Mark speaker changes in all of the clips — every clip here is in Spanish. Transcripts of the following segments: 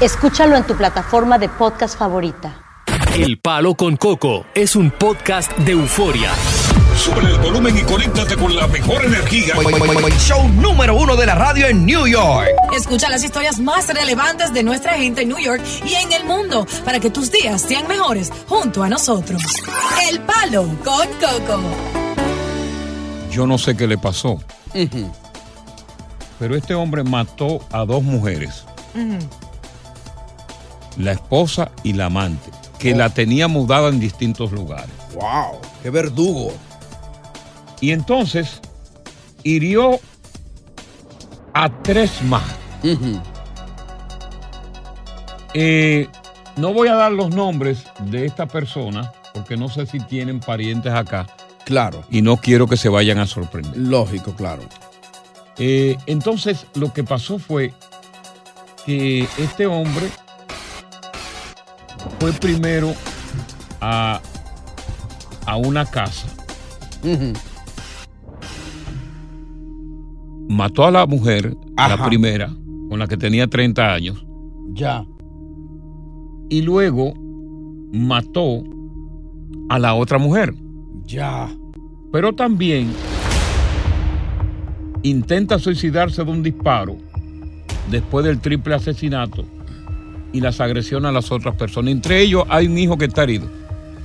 Speaker 1: Escúchalo en tu plataforma de podcast favorita.
Speaker 2: El Palo con Coco es un podcast de euforia.
Speaker 3: Sube el volumen y conéctate con la mejor energía.
Speaker 4: Boy, boy, boy, Show número uno de la radio en New York.
Speaker 5: Escucha las historias más relevantes de nuestra gente en New York y en el mundo para que tus días sean mejores junto a nosotros. El Palo con Coco.
Speaker 6: Yo no sé qué le pasó, uh -huh. pero este hombre mató a dos mujeres. Uh -huh. La esposa y la amante que oh. la tenía mudada en distintos lugares.
Speaker 7: ¡Wow! ¡Qué verdugo!
Speaker 6: Y entonces hirió a tres más. Uh -huh. eh, no voy a dar los nombres de esta persona porque no sé si tienen parientes acá.
Speaker 7: Claro.
Speaker 6: Y no quiero que se vayan a sorprender.
Speaker 7: Lógico, claro.
Speaker 6: Eh, entonces lo que pasó fue que este hombre fue primero a, a una casa. Uh -huh. Mató a la mujer, Ajá. la primera, con la que tenía 30 años.
Speaker 7: Ya.
Speaker 6: Y luego mató a la otra mujer.
Speaker 7: Ya.
Speaker 6: Pero también intenta suicidarse de un disparo después del triple asesinato y las agresiones a las otras personas. Entre ellos hay un hijo que está herido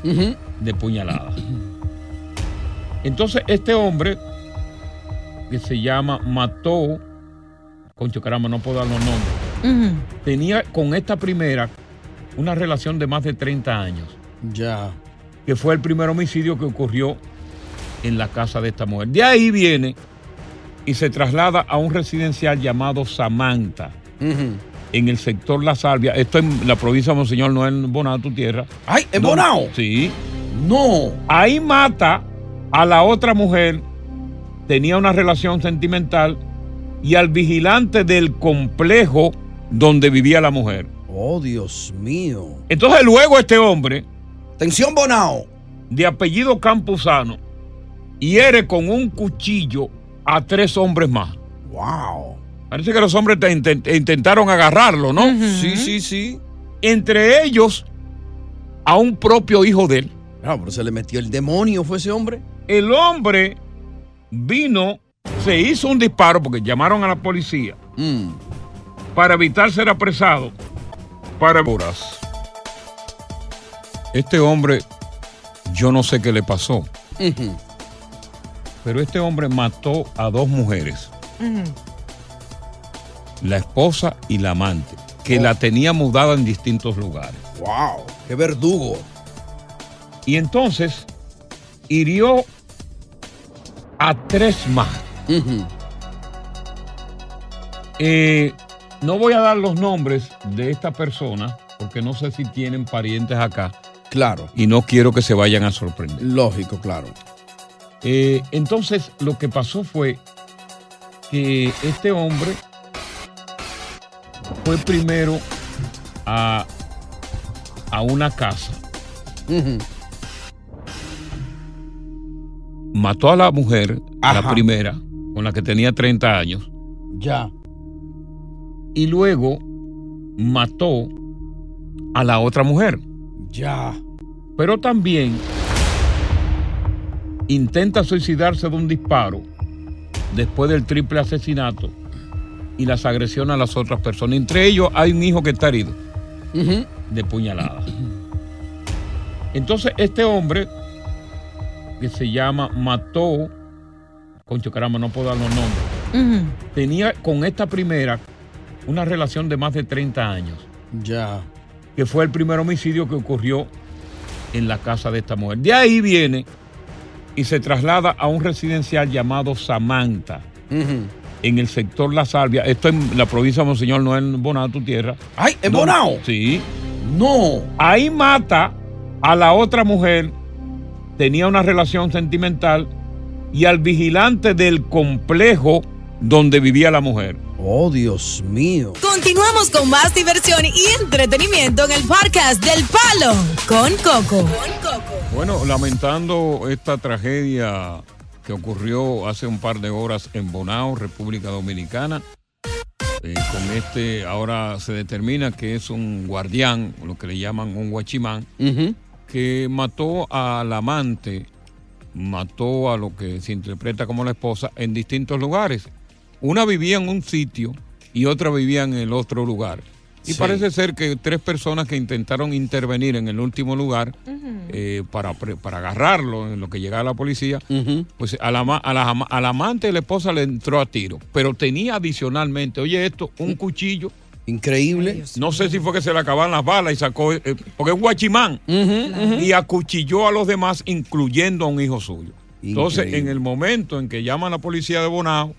Speaker 6: uh -huh. de puñalada. Entonces, este hombre que se llama Mató, concho caramba, no puedo dar los nombres, uh -huh. tenía con esta primera una relación de más de 30 años.
Speaker 7: Ya.
Speaker 6: Que fue el primer homicidio que ocurrió en la casa de esta mujer. De ahí viene y se traslada a un residencial llamado Samantha. Uh -huh en el sector La Salvia. Esto en la provincia de Monseñor Noel Bonao, tu tierra.
Speaker 7: ¡Ay, en no, Bonao!
Speaker 6: Sí.
Speaker 7: ¡No!
Speaker 6: Ahí mata a la otra mujer, tenía una relación sentimental, y al vigilante del complejo donde vivía la mujer.
Speaker 7: ¡Oh, Dios mío!
Speaker 6: Entonces luego este hombre...
Speaker 7: ¡Tensión Bonao!
Speaker 6: De apellido Campuzano, hiere con un cuchillo a tres hombres más.
Speaker 7: ¡Wow!
Speaker 6: Parece que los hombres intentaron agarrarlo, ¿no? Uh
Speaker 7: -huh. Sí, sí, sí.
Speaker 6: Entre ellos, a un propio hijo de él.
Speaker 7: Claro, pero se le metió el demonio, fue ese hombre.
Speaker 6: El hombre vino, se hizo un disparo porque llamaron a la policía mm. para evitar ser apresado. Para horas. Este hombre, yo no sé qué le pasó, uh -huh. pero este hombre mató a dos mujeres. Uh -huh la esposa y la amante, que oh. la tenía mudada en distintos lugares.
Speaker 7: ¡Wow! ¡Qué verdugo!
Speaker 6: Y entonces hirió a tres más. Eh, no voy a dar los nombres de esta persona porque no sé si tienen parientes acá.
Speaker 7: Claro.
Speaker 6: Y no quiero que se vayan a sorprender.
Speaker 7: Lógico, claro.
Speaker 6: Eh, entonces lo que pasó fue que este hombre fue primero a, a una casa. Mató a la mujer, la
Speaker 7: Ajá.
Speaker 6: primera, con la que tenía 30 años.
Speaker 7: Ya.
Speaker 6: y luego mató a la otra mujer.
Speaker 7: Ya.
Speaker 6: Pero también intenta suicidarse de un disparo después del triple asesinato y las agresiones a las otras personas. Entre ellos hay un hijo que está herido de puñalada. Entonces este hombre que se llama Mató, concho caramba, no puedo dar los nombres tenía con esta primera una relación de más de 30 años.
Speaker 7: Ya.
Speaker 6: Que fue el primer homicidio que ocurrió en la casa de esta mujer. De ahí viene y se traslada a un residencial llamado Samantha, en el sector La Salvia. Esto en la provincia de Monseñor, no en Bonao, tu tierra.
Speaker 7: ¡Ay, en
Speaker 6: No,
Speaker 7: Bonao!
Speaker 6: Sí.
Speaker 7: ¡No!
Speaker 6: Ahí mata a la otra mujer, tenía una relación sentimental, y al vigilante del complejo donde vivía la mujer.
Speaker 7: Oh, Dios mío.
Speaker 5: Continuamos con más diversión y entretenimiento en el podcast del Palo con Coco.
Speaker 6: Bueno, lamentando esta tragedia que ocurrió hace un par de horas en Bonao, República Dominicana. eh, con este ahora se determina que es un guardián, lo que le llaman un guachimán, que mató al amante, mató a lo que se interpreta como la esposa en distintos lugares. Una vivía en un sitio y otra vivía en el otro lugar. Y
Speaker 7: Sí.
Speaker 6: parece ser que tres personas que intentaron intervenir en el último lugar eh, para, pre- para agarrarlo, en lo que llegaba la policía, pues a la, ma- a la ama- al amante y la esposa le entró a tiro, pero tenía adicionalmente, oye esto, un cuchillo.
Speaker 7: Increíble.
Speaker 6: No sé si fue que se le acababan las balas y sacó, eh, porque es guachimán, y acuchilló a los demás, incluyendo a un hijo suyo. Entonces,
Speaker 7: Increíble.
Speaker 6: en el momento en que llaman a la policía de Bonao,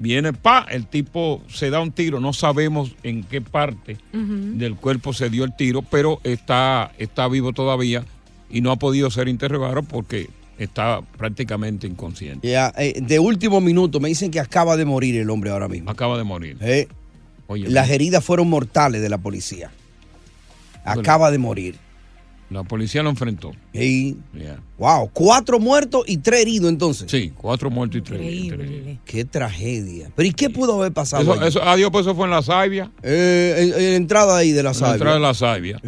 Speaker 6: viene pa, el tipo se da un tiro, no sabemos en qué parte del cuerpo se dio el tiro, pero está, está vivo todavía y no ha podido ser interrogado porque está prácticamente inconsciente.
Speaker 7: Ya, eh, de último minuto, me dicen que acaba de morir el hombre ahora mismo.
Speaker 6: Acaba de morir.
Speaker 7: Eh,
Speaker 6: Oye,
Speaker 7: las heridas fueron mortales de la policía. Acaba de morir.
Speaker 6: la policía lo enfrentó.
Speaker 7: Y,
Speaker 6: Ya.
Speaker 7: wow, cuatro muertos y tres heridos entonces.
Speaker 6: Sí, cuatro muertos y tres.
Speaker 7: Qué tragedia. Pero ¿y qué pudo haber pasado?
Speaker 6: Eso,
Speaker 7: allí?
Speaker 6: eso- adiós, pues eso fue en la Saibia.
Speaker 7: Eh, en, en la entrada ahí de la
Speaker 6: En la
Speaker 7: sala.
Speaker 6: entrada de la Saibia.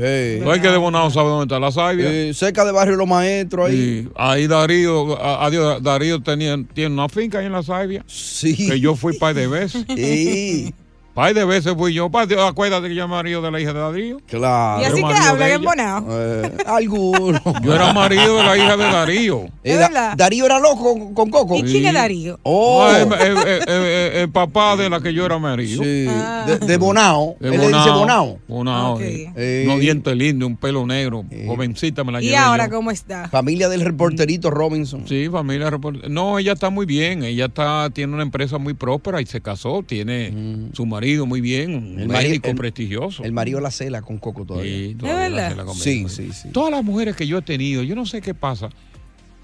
Speaker 6: No hay que de Bonao sabe dónde está la Saibia.
Speaker 7: Eh, cerca de Barrio Los Maestros ahí.
Speaker 6: Sí, ahí Darío, a- adiós, Darío tenía, tiene una finca ahí en la Saibia.
Speaker 7: Sí.
Speaker 6: Que yo fui par de veces.
Speaker 7: Sí.
Speaker 6: Par de veces fui yo. Par de- acuérdate que yo era marido de la hija de Darío.
Speaker 7: Claro. Eh,
Speaker 6: Y así Era que marido hablan de en ella. Bonao.
Speaker 7: alguno.
Speaker 6: Yo era marido de la hija de Darío.
Speaker 7: Eh, Da- Darío era loco con, con Coco.
Speaker 6: ¿Y quién es Sí. Darío?
Speaker 7: Oh.
Speaker 6: No, Ah, el, el- el- el- el papá de la que yo era marido.
Speaker 7: Sí.
Speaker 6: Ah.
Speaker 7: De, de Bonao.
Speaker 6: De
Speaker 7: Él le dice Bonao. Eh,
Speaker 6: Bonao, sí. Unos dientes lindos, un pelo negro. Jovencita me la llevé yo.
Speaker 7: cómo está? Familia del reporterito Robinson.
Speaker 6: Sí, familia report- No, ella está muy bien. Ella está tiene una empresa muy próspera y se casó. Tiene su marido muy bien, un
Speaker 7: Mm. El mari-
Speaker 6: médico
Speaker 7: el-
Speaker 6: prestigioso.
Speaker 7: El marido la cela con Coco todavía.
Speaker 6: Mm. Sí, todavía la cela con
Speaker 7: Sí,
Speaker 6: Benito.
Speaker 7: sí, sí.
Speaker 6: Todas las mujeres que yo he tenido, yo no sé qué pasa,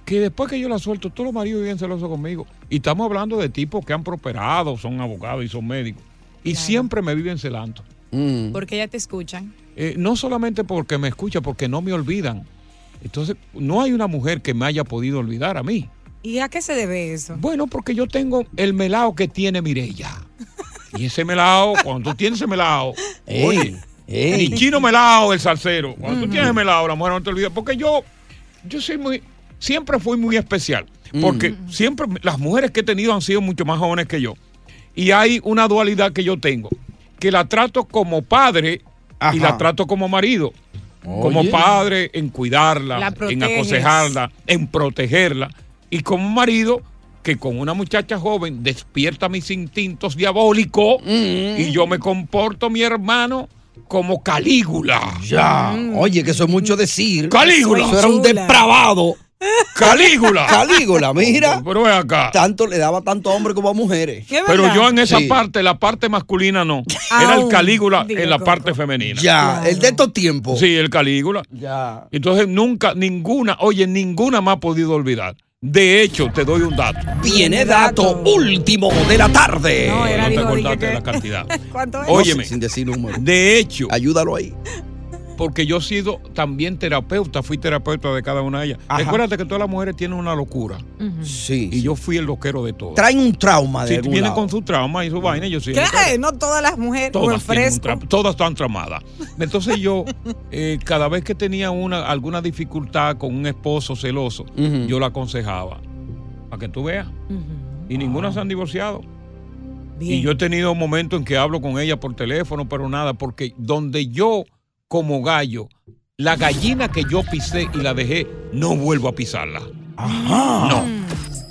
Speaker 6: que después que yo las suelto, todos los maridos viven celosos conmigo. Y estamos hablando de tipos que han prosperado, son abogados y son médicos. Y siempre me viven celando.
Speaker 5: Mm.
Speaker 8: Porque ya te escuchan.
Speaker 6: Eh, no solamente porque me escucha, porque no me olvidan. Entonces, no hay una mujer que me haya podido olvidar a mí.
Speaker 8: ¿Y a qué se debe eso?
Speaker 6: Bueno, porque yo tengo el melao que tiene Mirella. Y ese melao, cuando tú tienes ese melao, oye,
Speaker 7: ey.
Speaker 6: ni chino melao el salsero. Cuando tú tienes el melao, la mujer no te olvida. Porque yo, yo soy muy, siempre fui muy especial. Porque siempre las mujeres que he tenido han sido mucho más jóvenes que yo. Y hay una dualidad que yo tengo, que la trato como padre y la trato como marido. Como
Speaker 7: Oye.
Speaker 6: padre en cuidarla,
Speaker 7: La
Speaker 6: en
Speaker 7: proteges.
Speaker 6: aconsejarla, en protegerla. Y como marido que con una muchacha joven
Speaker 7: Mm.
Speaker 6: despierta mis instintos diabólicos y yo me comporto, mi hermano, como Calígula.
Speaker 7: Ya. Oh. Oye, que eso es mucho decir.
Speaker 6: Calígula.
Speaker 7: Eso era un
Speaker 6: Chula.
Speaker 7: depravado.
Speaker 6: Calígula.
Speaker 7: Calígula, mira.
Speaker 6: Pero ven acá.
Speaker 7: Tanto le daba tanto a hombres como a mujeres.
Speaker 6: Pero yo en esa
Speaker 7: Sí.
Speaker 6: parte, la parte masculina no. Era el
Speaker 7: Aún,
Speaker 6: Calígula
Speaker 7: digo,
Speaker 6: en la
Speaker 7: Coco.
Speaker 6: parte femenina.
Speaker 7: Ya, el de estos tiempos.
Speaker 6: Sí, el Calígula.
Speaker 7: Ya.
Speaker 6: Entonces nunca, ninguna, oye, ninguna me ha podido olvidar. De hecho, te doy un dato.
Speaker 7: Viene dato último de la tarde.
Speaker 6: Eh, No,
Speaker 7: era,
Speaker 6: te
Speaker 7: digo,
Speaker 6: acordaste
Speaker 7: dije
Speaker 6: de
Speaker 7: que-
Speaker 6: la cantidad.
Speaker 8: ¿Cuánto es?
Speaker 6: Óyeme.
Speaker 7: Sin decir número.
Speaker 6: De hecho.
Speaker 7: Ayúdalo ahí.
Speaker 6: Porque yo he sido también terapeuta, fui terapeuta de cada una de ellas.
Speaker 7: Ajá.
Speaker 6: Recuérdate que todas las mujeres tienen una locura.
Speaker 7: Sí.
Speaker 6: Y yo fui el loquero de todas.
Speaker 7: Traen un trauma de
Speaker 6: Si
Speaker 7: algún
Speaker 6: vienen
Speaker 7: lado.
Speaker 6: con su trauma y su vaina, yo soy el loquero.
Speaker 8: ¿Qué? No todas las mujeres.
Speaker 6: Todas,
Speaker 8: Por
Speaker 6: tienen un
Speaker 8: fresco.
Speaker 6: tra- todas están tramadas. Entonces yo, eh, cada vez que tenía una, alguna dificultad con un esposo celoso, yo la aconsejaba. Para que tú veas. Y
Speaker 8: Ah.
Speaker 6: ninguna se han divorciado. Y yo he tenido momentos en que hablo con ella por teléfono, pero nada, porque donde yo, como gallo, la gallina que yo pisé y la dejé, no vuelvo a pisarla. No.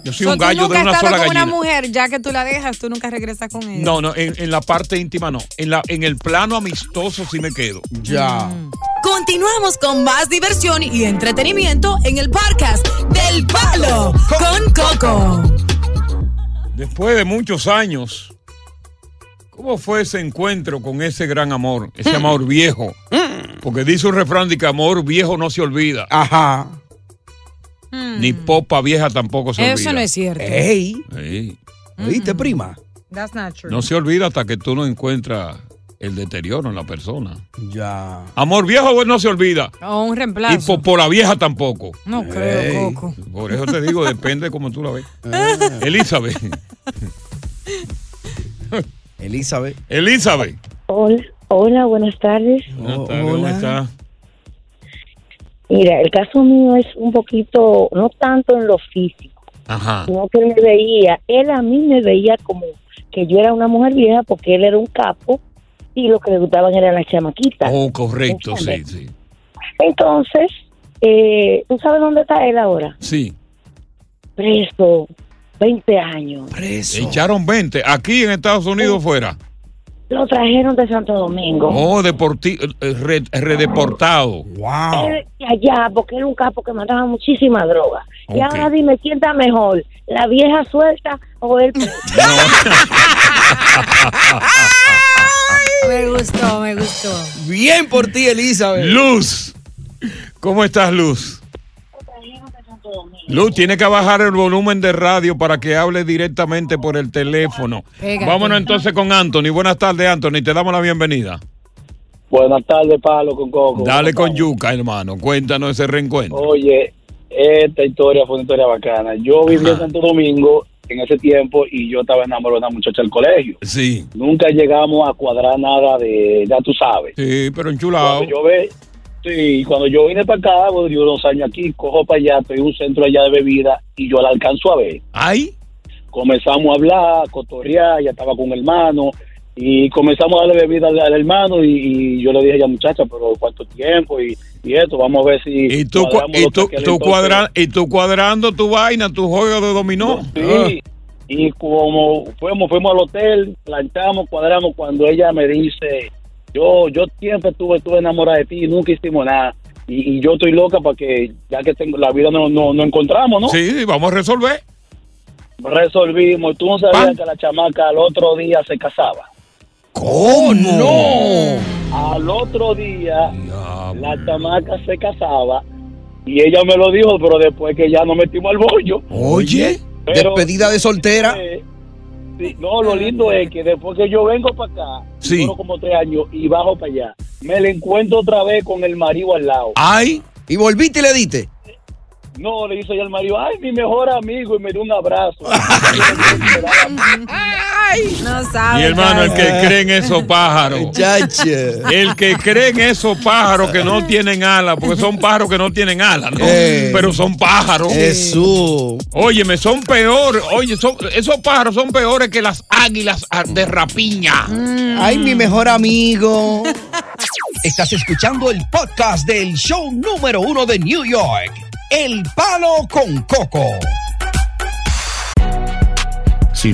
Speaker 6: Yo soy
Speaker 8: So,
Speaker 6: un gallo
Speaker 8: tú nunca
Speaker 6: de una
Speaker 8: has
Speaker 6: sola
Speaker 8: estado con
Speaker 6: gallina.
Speaker 8: una mujer, ya que tú la dejas, tú nunca regresas con ella.
Speaker 6: No, no, en, en la parte íntima no. En, la, en el plano amistoso sí me quedo. Mm.
Speaker 7: Ya.
Speaker 5: Continuamos con más diversión y entretenimiento en el podcast del Palo con Coco.
Speaker 6: Después de muchos años, ¿cómo fue ese encuentro con ese gran amor, ese
Speaker 7: Mm.
Speaker 6: amor viejo? Porque dice un refrán de que amor viejo no se olvida.
Speaker 7: Ajá.
Speaker 8: Mm,
Speaker 7: Mm.
Speaker 6: Ni popa vieja tampoco se olvida.
Speaker 8: Eso no es cierto.
Speaker 7: Ey.
Speaker 6: Sí.
Speaker 7: ¿Oíste, prima?
Speaker 8: That's not true.
Speaker 6: No se olvida hasta que tú no encuentras el deterioro en la persona.
Speaker 7: Ya.
Speaker 6: Amor viejo pues, no se olvida.
Speaker 8: O un
Speaker 6: Y
Speaker 8: reemplazo.
Speaker 6: po- por la vieja tampoco.
Speaker 8: No creo,
Speaker 6: Ey.
Speaker 8: Coco.
Speaker 6: Por eso te digo, depende como tú la ves. Elizabeth.
Speaker 7: Elizabeth.
Speaker 6: Elizabeth.
Speaker 9: Hola, hola, buenas tardes.
Speaker 7: Oh,
Speaker 6: Buenas tardes, ¿cómo estás?
Speaker 9: Mira, el caso mío es un poquito, no tanto en lo físico,
Speaker 6: Ajá.
Speaker 9: sino que él me veía, él a mí me veía como que yo era una mujer vieja porque él era un capo y lo que le gustaban eran las chamaquitas.
Speaker 6: Oh, correcto, sí, sí.
Speaker 9: Entonces, eh, ¿tú sabes dónde está él ahora?
Speaker 6: Sí.
Speaker 9: Preso, 20 años.
Speaker 6: Echaron 20. Aquí en Estados Unidos fuera.
Speaker 9: Lo trajeron de Santo Domingo.
Speaker 6: Oh, deporti- eh, re- redeportado.
Speaker 7: Wow.
Speaker 9: Él de allá, porque era un capo que mataba muchísima droga. Y ahora dime quién está mejor, la vieja suelta o él.
Speaker 8: Me gustó, me gustó.
Speaker 7: Bien por ti, Elizabeth.
Speaker 6: Luz. ¿Cómo estás, Luz? Luz, tiene que bajar el volumen de radio para que hable directamente por el teléfono.
Speaker 10: Pégate.
Speaker 6: Vámonos entonces con Anthony. Buenas tardes, Anthony. Te damos la bienvenida.
Speaker 10: Buenas tardes, Palo con Coco.
Speaker 6: Dale con yuca, hermano. Cuéntanos ese reencuentro.
Speaker 10: Oye, esta historia fue una historia bacana. Yo vivía en Santo Domingo en ese tiempo y yo estaba enamorado de una muchacha del colegio.
Speaker 6: Sí.
Speaker 10: Nunca llegamos a cuadrar nada de, ya tú sabes.
Speaker 6: Sí, pero enchulado.
Speaker 10: Cuando yo ve, sí, cuando yo vine para acá, bueno, yo unos años aquí, cojo para allá, estoy en un centro allá de bebida y yo la alcanzo a ver.
Speaker 6: ¿Ay?
Speaker 10: Comenzamos a hablar, a cotorrear, ya estaba con un hermano y comenzamos a darle bebida al, al hermano y, y yo le dije a ella, muchacha, pero ¿cuánto tiempo? Y, y esto, vamos a ver si...
Speaker 6: Y tú, cua-
Speaker 10: cuadramos
Speaker 6: y
Speaker 10: lo que
Speaker 6: tú,
Speaker 10: aquel
Speaker 6: tú
Speaker 10: entonces-
Speaker 6: cuadra- y tú cuadrando tu vaina, tu juego de dominó. Ah.
Speaker 10: Sí. Y como fuimos, fuimos al hotel, plantamos, cuadramos, cuando ella me dice, yo yo siempre estuve, estuve enamorada de ti y nunca hicimos nada. Y, y yo estoy loca porque ya que tengo la vida no, no, no encontramos, ¿no?
Speaker 6: Sí, sí, vamos a resolver.
Speaker 10: Resolvimos. Tú no sabías que la chamaca al otro día se casaba.
Speaker 7: ¿Cómo?
Speaker 10: Al otro día la chamaca se casaba y ella me lo dijo, pero después que ya nos metimos al bollo.
Speaker 7: Oye.
Speaker 10: Pero- eh,
Speaker 7: despedida de soltera.
Speaker 10: Sí, no, lo lindo es que después que yo vengo para acá,
Speaker 7: Sí.
Speaker 10: duro como tres años y bajo para allá, me la encuentro otra vez con el marido al lado.
Speaker 7: Ay. Y volviste y le diste.
Speaker 10: No, le hizo ya el marido, ay, mi mejor amigo, y me dio un abrazo.
Speaker 8: Ay, no sabe.
Speaker 6: Mi hermano, el que
Speaker 8: Carlos.
Speaker 6: cree en esos pájaros.
Speaker 7: Muchacha.
Speaker 6: El que cree en esos pájaros que no tienen alas, porque son pájaros que no tienen alas, ¿no?
Speaker 7: Eh.
Speaker 6: Pero son pájaros.
Speaker 7: Jesús.
Speaker 6: Óyeme, son peores. Oye, son- esos pájaros son peores que las águilas a- de rapiña.
Speaker 7: Ay, mi mejor amigo. Mm. Estás escuchando el podcast del show número uno de New York. El palo con coco.
Speaker 11: Si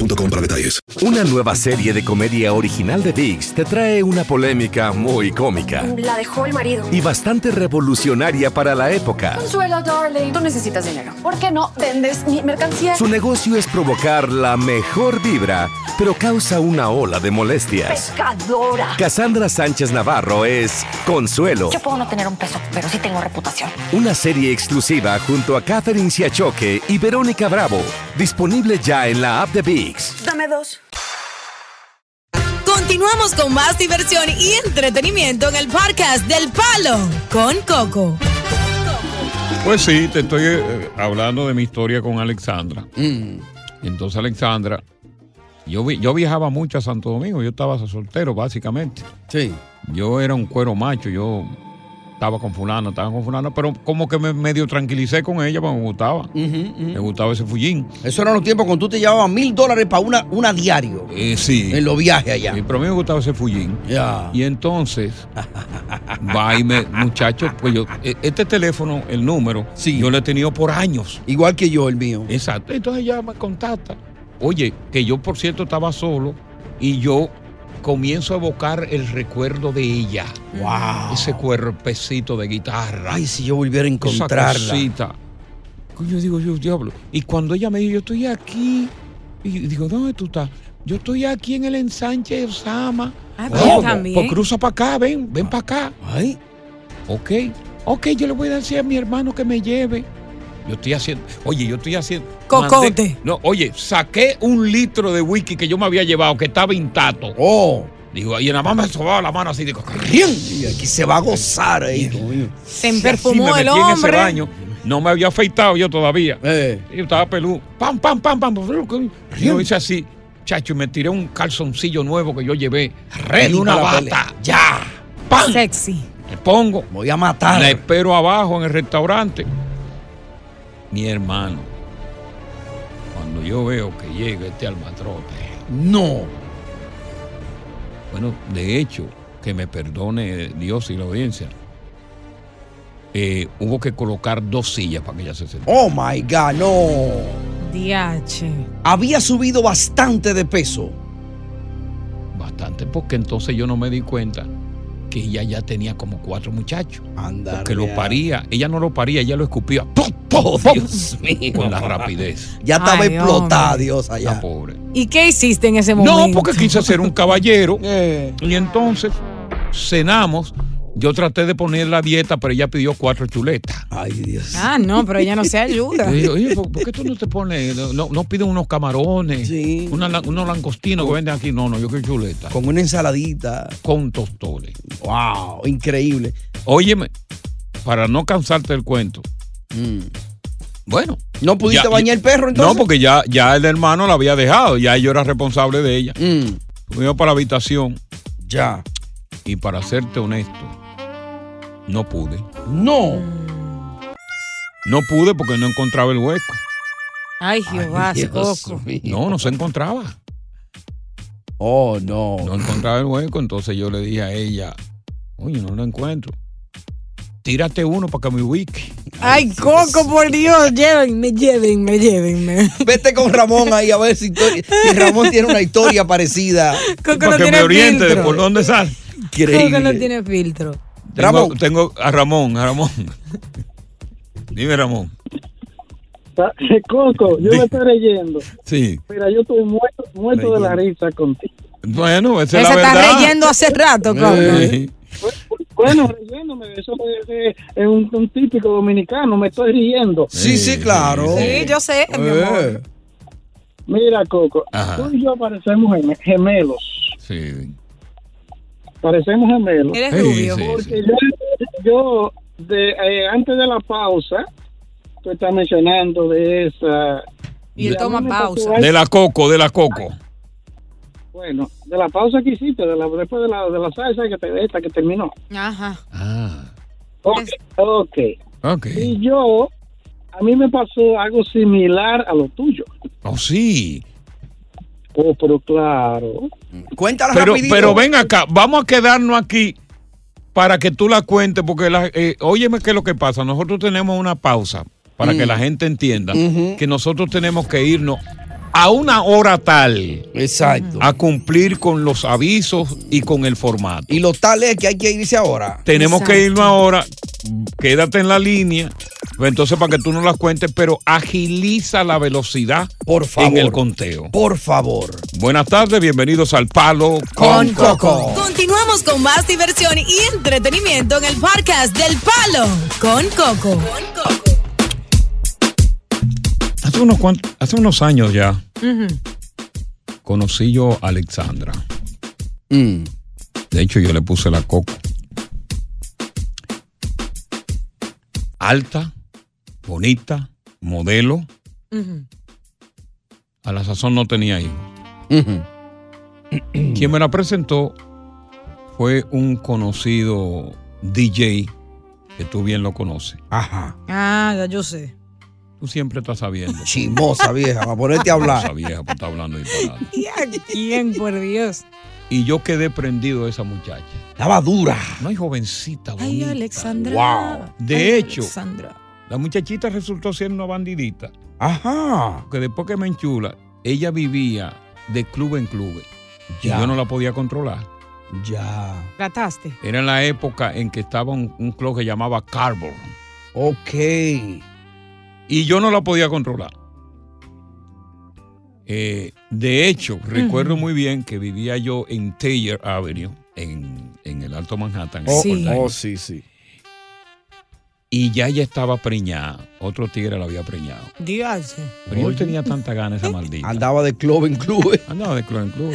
Speaker 12: Para detalles.
Speaker 13: Una nueva serie de comedia original de VIX te trae una polémica muy cómica.
Speaker 14: La dejó el marido.
Speaker 13: Y bastante revolucionaria para la época.
Speaker 14: Consuelo, darling, tú necesitas dinero. ¿Por qué no vendes mi mercancía?
Speaker 13: Su negocio es provocar la mejor vibra, pero causa una ola de molestias.
Speaker 14: ¡Pescadora!
Speaker 13: Cassandra Sánchez Navarro es Consuelo.
Speaker 14: Yo puedo no tener un peso, pero sí tengo reputación.
Speaker 13: Una serie exclusiva junto a Catherine Siachoque y Verónica Bravo. Disponible ya en la app de VIX.
Speaker 5: Dame dos. Continuamos con más diversión y entretenimiento en el podcast del Palo con Coco.
Speaker 6: Pues sí, te estoy eh, hablando de mi historia con Alexandra.
Speaker 7: Mm.
Speaker 6: Entonces, Alexandra, yo, vi- yo viajaba mucho a Santo Domingo, yo estaba soltero, básicamente. Sí. Yo era un cuero macho, yo estaba con fulano, estaba con fulano, pero como que me medio tranquilicé con ella, porque me gustaba. Me gustaba ese fullín.
Speaker 7: Eso eran los tiempos cuando tú te llevabas mil dólares para una, una diario.
Speaker 6: Eh, sí.
Speaker 7: En los viajes allá.
Speaker 6: Sí, pero a mí me gustaba ese fullín. Y entonces, va y me, muchachos, pues yo, eh, este teléfono, el número, yo lo he tenido por años.
Speaker 7: Igual que yo, el mío.
Speaker 6: Exacto. Entonces ella me contacta. Oye, que yo por cierto estaba solo y yo comienzo a evocar el recuerdo de ella. Wow. Ese cuerpecito de guitarra.
Speaker 7: Ay, si yo volviera a encontrarla.
Speaker 6: Esa cosita. Yo digo, yo diablo. Y cuando ella me dijo, yo estoy aquí. Y yo digo, ¿dónde tú estás? Yo estoy aquí en el ensanche de Osama.
Speaker 8: Ah,
Speaker 6: "Oh,
Speaker 8: pero también.
Speaker 6: Pues cruza para acá, ven, ven para acá. Ay. Ok, ok, yo le voy a decir a mi hermano que me lleve. Yo estoy haciendo, oye, yo estoy haciendo.
Speaker 8: Cocote.
Speaker 6: mandé- no, oye, saqué un litro de whisky que yo me había llevado, que estaba intacto. Oh. Digo, y nada más me sobaba la mano así, digo, y aquí se va a gozar ahí.
Speaker 8: Se
Speaker 6: Sí,
Speaker 8: emperfumó
Speaker 6: me
Speaker 8: el
Speaker 6: metí en ese
Speaker 8: hombre.
Speaker 6: baño. No me había afeitado yo todavía.
Speaker 7: Eh.
Speaker 6: Yo estaba peludo. Pam, pam, pam, pam. Yo hice así, chacho, y me tiré un calzoncillo nuevo que yo llevé.
Speaker 7: Ready
Speaker 6: y una
Speaker 7: para la
Speaker 6: bata. Ya. Pam.
Speaker 8: Sexy.
Speaker 6: Me pongo.
Speaker 7: Voy a matar.
Speaker 6: La espero abajo en el restaurante. Mi hermano. Cuando yo veo que llega este almatrote. No. Bueno, de hecho, que me perdone Dios y la audiencia. eh, hubo que colocar dos sillas para que ella se sentara.
Speaker 7: Oh my God, no.
Speaker 8: DH.
Speaker 7: Había subido bastante de peso.
Speaker 6: Bastante, porque entonces yo no me di cuenta que ella ya tenía como cuatro muchachos.
Speaker 7: Anda.
Speaker 6: Que lo
Speaker 7: ah.
Speaker 6: paría. Ella no lo paría, ella lo escupía. ¡Pum, pum! Dios mío. Con la rapidez.
Speaker 7: Oh, Ya estaba
Speaker 8: Ay,
Speaker 7: explotada,
Speaker 8: hombre.
Speaker 7: Dios, allá.
Speaker 6: La pobre.
Speaker 8: ¿Y qué hiciste en ese momento?
Speaker 6: No, porque quise ser un caballero.
Speaker 7: Eh.
Speaker 6: y entonces cenamos. Yo traté de poner la dieta, pero ella pidió cuatro chuletas.
Speaker 7: Ay, Dios.
Speaker 6: pues.
Speaker 8: Ah, no, pero ella no se ayuda.
Speaker 6: Yo digo, oye, ¿por, por qué tú no te pones, no, no- no pides unos camarones, una lan- unos langostinos
Speaker 7: Oh.
Speaker 6: que venden aquí? No, no, yo quiero chuleta.
Speaker 7: Con una ensaladita.
Speaker 6: Con tostones.
Speaker 7: Wow, increíble.
Speaker 6: Óyeme, para no cansarte el cuento. Bueno.
Speaker 7: Mm. ¿No pudiste bañar el perro entonces?
Speaker 6: No, porque ya, ya el hermano la había dejado, ya yo era responsable de ella. Me iba para la habitación.
Speaker 7: Mm. Ya.
Speaker 6: Y para serte honesto, no pude.
Speaker 7: No.
Speaker 6: No pude porque no encontraba el hueco.
Speaker 8: Ay, Jehová, Coco.
Speaker 6: No, no se encontraba.
Speaker 7: Oh, no.
Speaker 6: No encontraba el hueco, entonces yo le dije a ella, oye, no lo encuentro. Tírate uno para que me ubique.
Speaker 8: Ay, Coco, por Dios, llévenme, llévenme, llévenme.
Speaker 7: Vete con Ramón ahí a ver si, histori- si Ramón tiene una historia parecida.
Speaker 8: Coco no tiene filtro.
Speaker 6: por dónde sale.
Speaker 8: Coco no tiene filtro.
Speaker 6: Tengo,
Speaker 7: Ramón.
Speaker 6: tengo a Ramón, a Ramón. Dime, Ramón.
Speaker 15: Ta- Coco, yo me estoy leyendo.
Speaker 6: Sí.
Speaker 15: Mira, yo estoy muerto, muerto de la risa contigo.
Speaker 6: Bueno, esa
Speaker 8: Él
Speaker 6: es
Speaker 8: se
Speaker 6: la
Speaker 8: está
Speaker 6: verdad.
Speaker 8: reyendo hace rato, Coco.
Speaker 6: Eh,
Speaker 15: Bueno, riéndome, eso es, es- es un, un típico dominicano, me estoy riendo.
Speaker 7: Sí, sí, claro.
Speaker 8: Sí, yo sé, mi amor.
Speaker 15: Mira, Coco,
Speaker 6: Ajá.
Speaker 15: tú y yo parecemos gem- gemelos.
Speaker 6: Sí.
Speaker 15: Parecemos gemelos.
Speaker 8: Eres Sí, rubio. sí,
Speaker 15: Porque
Speaker 8: sí.
Speaker 15: yo, yo, de, eh, antes de la pausa, tú estás mencionando de esa...
Speaker 5: Y él
Speaker 15: a
Speaker 5: toma
Speaker 15: mí me
Speaker 5: pausa.
Speaker 15: tocó algo-
Speaker 6: De la coco, de la coco.
Speaker 15: Bueno, de la pausa que hiciste, de la, después de la, de la salsa que, te- esta que terminó.
Speaker 5: Ajá.
Speaker 15: Ok, ok. Y yo, a mí me pasó algo similar a lo tuyo.
Speaker 6: Oh, sí.
Speaker 15: Oh, pero claro.
Speaker 7: Cuéntala
Speaker 6: pero,
Speaker 7: rapidito.
Speaker 6: pero ven acá, vamos a quedarnos aquí para que tú la cuentes, porque la, eh, óyeme qué es lo que pasa. Nosotros tenemos una pausa para
Speaker 16: Mm.
Speaker 6: que la gente entienda
Speaker 16: Ujú.
Speaker 6: que nosotros tenemos que irnos a una hora tal.
Speaker 7: Exacto.
Speaker 6: A cumplir con los avisos y con el formato.
Speaker 7: Y lo tal es que hay que irse ahora.
Speaker 6: Tenemos que
Speaker 7: ir
Speaker 6: irnos ahora, quédate en la línea, pues entonces para que tú nos las cuentes, pero agiliza la velocidad
Speaker 7: Por favor.
Speaker 6: en el conteo.
Speaker 7: Por favor.
Speaker 6: Buenas tardes, bienvenidos al Palo
Speaker 7: Con Coco.
Speaker 5: Continuamos con más diversión y entretenimiento en el podcast del Palo con Coco.
Speaker 6: Hace unos, cuan- hace unos años ya
Speaker 5: Ujú.
Speaker 6: conocí yo a Alexandra. De hecho, yo le puse la coco. Alta, bonita, modelo.
Speaker 5: Ujú.
Speaker 6: A la sazón no tenía hijos. Quien me la presentó fue un conocido DJ que tú bien lo conoces. Ajá.
Speaker 5: Ah, ya yo sé.
Speaker 6: Tú siempre estás sabiendo.
Speaker 7: Chimosa vieja, para ponerte a hablar.
Speaker 6: Chimosa vieja, para estar hablando disparate.
Speaker 5: ¿Y a quién, por Dios?
Speaker 6: Y yo quedé prendido de esa muchacha.
Speaker 7: Estaba dura.
Speaker 6: No hay jovencita,
Speaker 5: Ay,
Speaker 6: bonita.
Speaker 5: Alexandra.
Speaker 6: Wow. De
Speaker 5: Ay,
Speaker 6: hecho,
Speaker 5: Alexandra.
Speaker 6: La muchachita resultó siendo una bandidita.
Speaker 7: Ajá.
Speaker 6: Que después que me enchula, ella vivía de club en club. Y
Speaker 7: Ya.
Speaker 6: yo no la podía controlar.
Speaker 7: Ya.
Speaker 5: Trataste.
Speaker 6: Era en la época en que estaba un, un club que llamaba Carbon.
Speaker 7: Ok.
Speaker 6: Y yo no la podía controlar. Eh, de hecho, recuerdo muy bien que vivía yo en Taylor Avenue, en, en el Alto Manhattan. en
Speaker 17: Oh,
Speaker 6: Fort Lauderdale.
Speaker 17: oh, sí, sí.
Speaker 6: Y ya ella estaba preñada. Otro tigre la había preñado.
Speaker 5: Dios.
Speaker 6: Pero yo no tenía tanta gana esa maldita.
Speaker 7: Andaba de club en club.
Speaker 6: Andaba de club en club.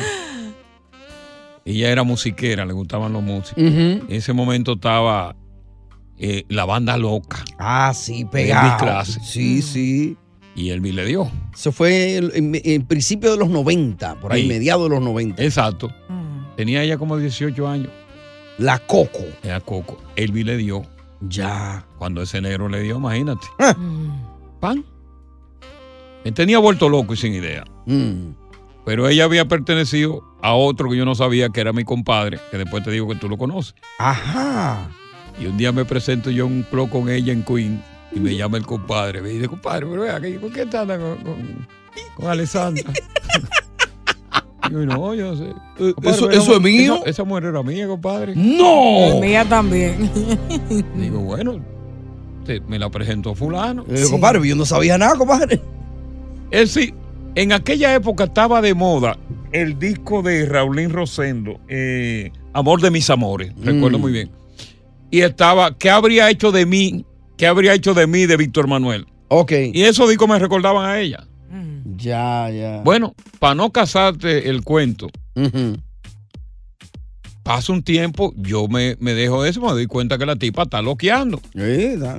Speaker 6: Ella era musiquera, le gustaban los músicos.
Speaker 7: Ujú.
Speaker 6: En ese momento estaba eh, la banda loca.
Speaker 7: Ah, sí,
Speaker 6: Elvis
Speaker 7: pegado.
Speaker 6: Clase.
Speaker 7: Sí, sí.
Speaker 6: Y Elvis le dio.
Speaker 7: Eso fue el- en, en principio de los 90, por ahí,
Speaker 6: Sí.
Speaker 7: mediados de los 90.
Speaker 6: Exacto. Tenía ella como 18 años.
Speaker 7: La Coco.
Speaker 6: Era Coco. Elvis le dio.
Speaker 7: Ya. Ah.
Speaker 6: Cuando ese negro le dio, imagínate. Mm. Pan. Me tenía vuelto loco y sin idea.
Speaker 7: Mm.
Speaker 6: Pero ella había pertenecido a otro que yo no sabía que era mi compadre, que después te digo que tú lo conoces.
Speaker 7: Ajá.
Speaker 6: Y un día me presento yo en un club con ella en Queen y me llama el compadre. Me dice, compadre, pero vea, ¿qué- ¿con qué estás con, con, con Alessandra? Y yo, no, yo no sé. Compadre,
Speaker 7: ¿Eso,
Speaker 6: esa
Speaker 7: eso es
Speaker 6: mu-
Speaker 7: mío?
Speaker 6: Esa, esa mujer era mía, compadre.
Speaker 7: ¡No!
Speaker 5: Mía también.
Speaker 6: Digo, bueno, te- me la presentó fulano.
Speaker 7: Eh, Compadre, yo no sabía nada, compadre.
Speaker 6: Es decir, en aquella época estaba de moda el disco de Raulín Rosendo, eh, Amor de mis amores,
Speaker 7: Mm.
Speaker 6: recuerdo muy bien. Y estaba, ¿qué habría hecho de mí? ¿Qué habría hecho de mí de Víctor Manuel?
Speaker 7: Ok.
Speaker 6: Y esos discos me recordaban a ella.
Speaker 7: Ya, ya.
Speaker 6: Bueno, para no casarte el cuento,
Speaker 7: Ujú.
Speaker 6: pasa un tiempo, yo me, me dejo de eso, me doy cuenta que la tipa está loqueando.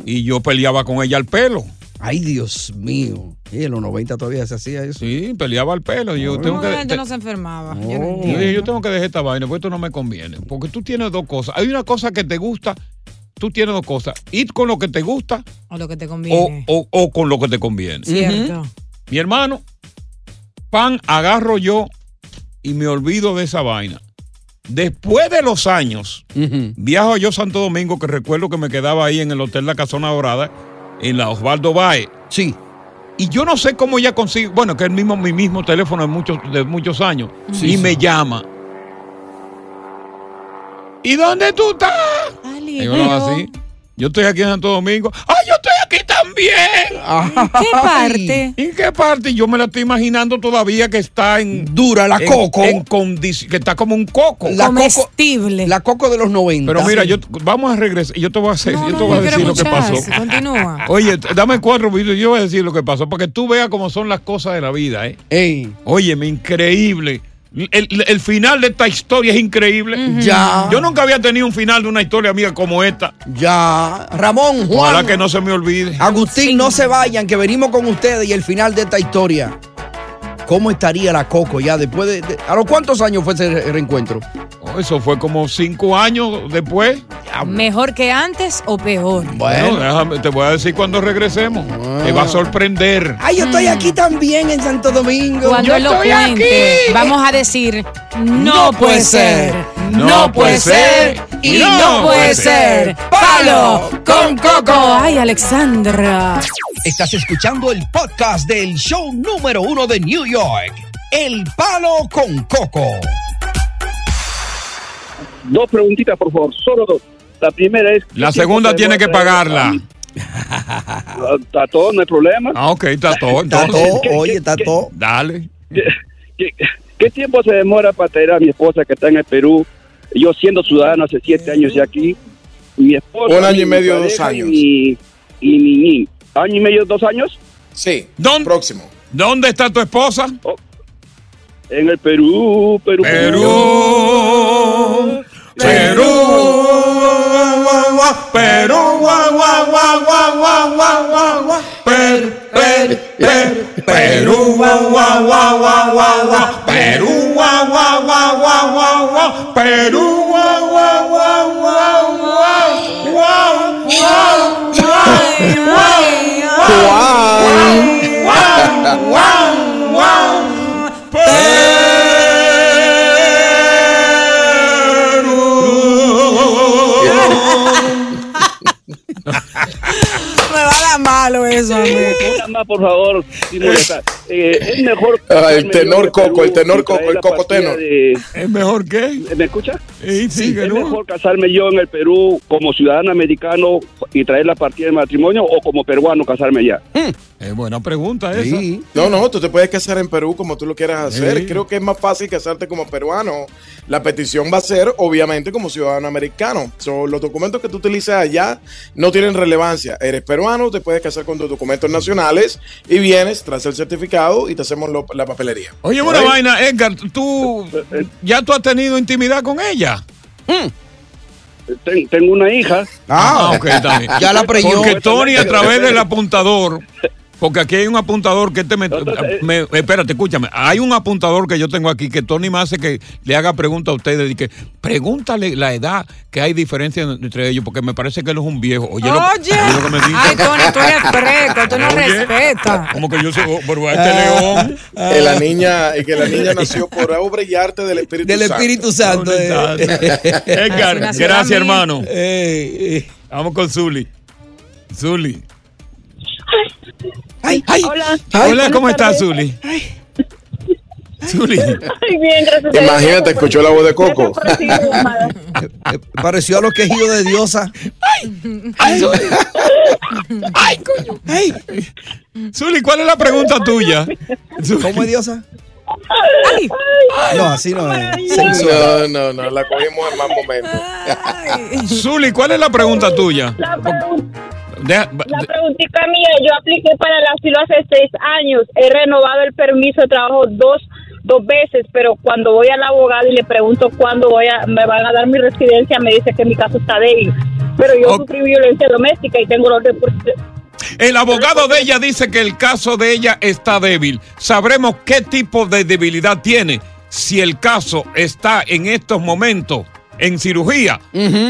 Speaker 6: Y yo peleaba con ella al pelo.
Speaker 7: Ay, Dios mío. Y en los 90 todavía se hacía eso.
Speaker 6: Sí, peleaba al pelo. Yo tengo
Speaker 5: ¿Cómo
Speaker 6: que,
Speaker 5: la gente
Speaker 6: te-
Speaker 5: no se enfermaba?
Speaker 6: Oh.
Speaker 5: Yo no
Speaker 6: Yo dije, yo tengo que dejar esta vaina, porque esto no me conviene. Porque tú tienes dos cosas. Hay una cosa que te gusta, tú tienes dos cosas. Ir con lo que te gusta
Speaker 5: O lo que te
Speaker 6: o,
Speaker 5: conviene.
Speaker 6: o- o con lo que te
Speaker 5: Oh.
Speaker 6: conviene.
Speaker 5: Cierto.
Speaker 6: Mi hermano, pan agarro yo y me olvido de esa vaina. Después de los años, viajo yo a Santo Domingo, que recuerdo que me quedaba ahí en el Hotel La Casona Dorada, en la Osvaldo Bae.
Speaker 7: Sí.
Speaker 6: Y yo no sé cómo ella consigue, bueno, que es el mismo, mi mismo teléfono de muchos, de muchos años,
Speaker 7: Sí,
Speaker 6: y
Speaker 7: sí.
Speaker 6: me llama. ¿Y dónde tú estás? Y yo lo hago así. Yo estoy aquí en Santo Domingo. ¡Ay, yo estoy aquí también!
Speaker 5: qué parte?
Speaker 6: Ah. ¿En qué parte? Yo me la estoy imaginando todavía que está en.
Speaker 7: Dura la
Speaker 6: en-
Speaker 7: coco.
Speaker 6: en condici- que está como un coco.
Speaker 7: La coco,
Speaker 5: Comestible.
Speaker 7: la coco de los 90.
Speaker 6: Pero mira, yo vamos a regresar. Yo te voy a hacer, yo te voy a decir lo que pasó.
Speaker 5: Continúa.
Speaker 6: Oye, t- dame cuatro minutos. Yo voy a decir lo que pasó para que tú veas cómo son las cosas de la vida, ¿eh?
Speaker 7: Ey.
Speaker 6: Óyeme, increíble El, el final de esta historia es increíble.
Speaker 7: Ya.
Speaker 6: Yo nunca había tenido un final de una historia mía como esta.
Speaker 7: Ya. Ramón, Juan.
Speaker 6: Ojalá que no se me olvide.
Speaker 7: Agustín, no se vayan, que venimos con ustedes y el final de esta historia. ¿Cómo estaría la Coco ya después de, de- ¿A los cuántos años fue ese re- reencuentro?
Speaker 6: Oh, Eso fue como cinco años después.
Speaker 5: ¿Mejor que antes o peor?
Speaker 6: Bueno, déjame, te voy a decir cuando regresemos. Te
Speaker 7: Ah.
Speaker 6: va a sorprender.
Speaker 7: Ay, yo estoy aquí también en Santo Domingo.
Speaker 5: Mm. Cuando
Speaker 7: Yo
Speaker 5: él lo
Speaker 7: estoy aquí.
Speaker 5: cuente, vamos a decir, no, puede ser,
Speaker 7: no puede ser
Speaker 5: y no puede ser. Palo con Coco. Ay, Alexandra.
Speaker 7: Estás escuchando el podcast del show número uno de New York, El Palo con Coco.
Speaker 10: Dos preguntitas, por favor, solo dos. La primera es...
Speaker 6: La segunda tiene que pagarla.
Speaker 10: Está todo, no hay problema.
Speaker 6: Ah, ok, está todo.
Speaker 7: Está
Speaker 6: entonces.
Speaker 7: todo, oye, está todo.
Speaker 6: Dale.
Speaker 10: ¿Qué, qué tiempo se demora para traer a mi esposa que está en el Perú? Yo siendo ciudadano hace siete años ya aquí. Mi esposa...
Speaker 16: Un año y
Speaker 10: mi
Speaker 16: medio, dos
Speaker 10: pareja
Speaker 16: años.
Speaker 10: Y, y mi niño. ¿Año y medio, dos años?
Speaker 16: Sí,
Speaker 6: ¿Dónde,
Speaker 16: próximo.
Speaker 6: ¿Dónde está tu esposa?
Speaker 10: Oh. En el Perú, Perú.
Speaker 6: Perú.
Speaker 18: Perú, guau, guau, guau, guau, guau, guau, guau, guau. Per, per, per, Perú, guau, guau, guau, guau, guau, guau. Perú, guau, guau, guau, guau, guau, guau. Perú, guau, guau, guau, guau, guau. Guau, guau, guau, guau, guau, guau, guau.
Speaker 8: Me va a dar malo eso, hombre.
Speaker 10: Una más, por favor, sin molestar. Eh, es mejor.
Speaker 16: Ah, el
Speaker 10: traerme
Speaker 16: tenor
Speaker 10: yo de
Speaker 16: Coco, el tenor
Speaker 10: y traer
Speaker 16: Coco, el
Speaker 10: la
Speaker 16: Coco
Speaker 10: pastilla
Speaker 16: tenor.
Speaker 10: de-
Speaker 6: ¿Es mejor qué?
Speaker 10: ¿Me escucha?
Speaker 6: Sí, sí, que
Speaker 10: ¿Es
Speaker 6: no.
Speaker 10: mejor casarme yo en el Perú como ciudadano americano y traer la partida de matrimonio o como peruano casarme ya?
Speaker 6: Es buena pregunta esa.
Speaker 16: No, no, tú te puedes casar en Perú como tú lo quieras hacer.
Speaker 6: Sí.
Speaker 16: Creo que es más fácil casarte como peruano. La petición va a ser, obviamente, como ciudadano americano. So, los documentos que tú utilizas allá no tienen relevancia. Eres peruano, te puedes casar con tus documentos nacionales y vienes, tras el certificado y te hacemos lo- la papelería.
Speaker 6: Oye, una
Speaker 16: Right?
Speaker 6: vaina, Edgar, tú
Speaker 10: Eh,
Speaker 6: ya tú has tenido intimidad con ella.
Speaker 10: Mm. Ten- tengo una hija.
Speaker 6: Ah, ok, está bien.
Speaker 7: Ya la preñó.
Speaker 6: Porque Tony, a través del apuntador, porque aquí hay un apuntador que te me,
Speaker 8: eh.
Speaker 6: me- Espérate, escúchame. Hay un apuntador que yo tengo aquí que Tony me hace que le haga pregunta a ustedes. Y que pregúntale la edad que hay diferencia entre ellos, porque me parece que él es un viejo. Oye, lo-
Speaker 8: Oye.
Speaker 6: oye lo que me dice.
Speaker 8: Ay, Tony, tú eres fresco, tú no
Speaker 6: Oye.
Speaker 8: respetas.
Speaker 6: Como que yo soy. oh, Pero este león.
Speaker 16: Que
Speaker 6: Ah.
Speaker 16: la niña, que la niña nació por obra y arte del Espíritu
Speaker 7: Del
Speaker 16: Santo.
Speaker 7: Espíritu Santo. eh.
Speaker 6: Edgar,
Speaker 8: Así nació a
Speaker 6: gracias,
Speaker 8: mí.
Speaker 6: hermano.
Speaker 7: Eh, eh.
Speaker 6: Vamos con Zuli. Zuli.
Speaker 7: Ay, ay.
Speaker 17: Hola.
Speaker 7: Ay,
Speaker 6: Hola, ¿cómo
Speaker 17: buenas
Speaker 6: estás,
Speaker 17: tardes.
Speaker 6: Zuli? Zuli.
Speaker 17: Ay, bien, gracias. a Dios.
Speaker 16: Imagínate, escuchó la voz de Coco.
Speaker 17: Gracias por recibir mi llamada.
Speaker 7: Pareció a los quejidos de diosa.
Speaker 6: Ay, Zuli. Ay, coño.
Speaker 7: Ay,
Speaker 6: Zuli, ¿cuál es la pregunta tuya? Zuli.
Speaker 7: ¿Cómo es diosa?
Speaker 8: Ay,
Speaker 7: No, así no eh, es. Sensual.
Speaker 16: No, no, no, la cogimos al mal momento.
Speaker 6: Zuli, ¿cuál es la pregunta tuya?
Speaker 17: La, pregun-
Speaker 6: Deja- ba-
Speaker 17: la preguntita mía, yo apliqué para el asilo hace seis años, he renovado el permiso de trabajo dos dos veces, pero cuando voy al abogado y le pregunto cuándo voy a, me van a dar mi residencia, me dice que mi caso está débil, pero yo
Speaker 6: Ok.
Speaker 17: sufrí violencia doméstica y tengo los recursos.
Speaker 6: El abogado de ella dice que el caso de ella está débil. Sabremos qué tipo de debilidad tiene si el caso está en estos momentos en cirugía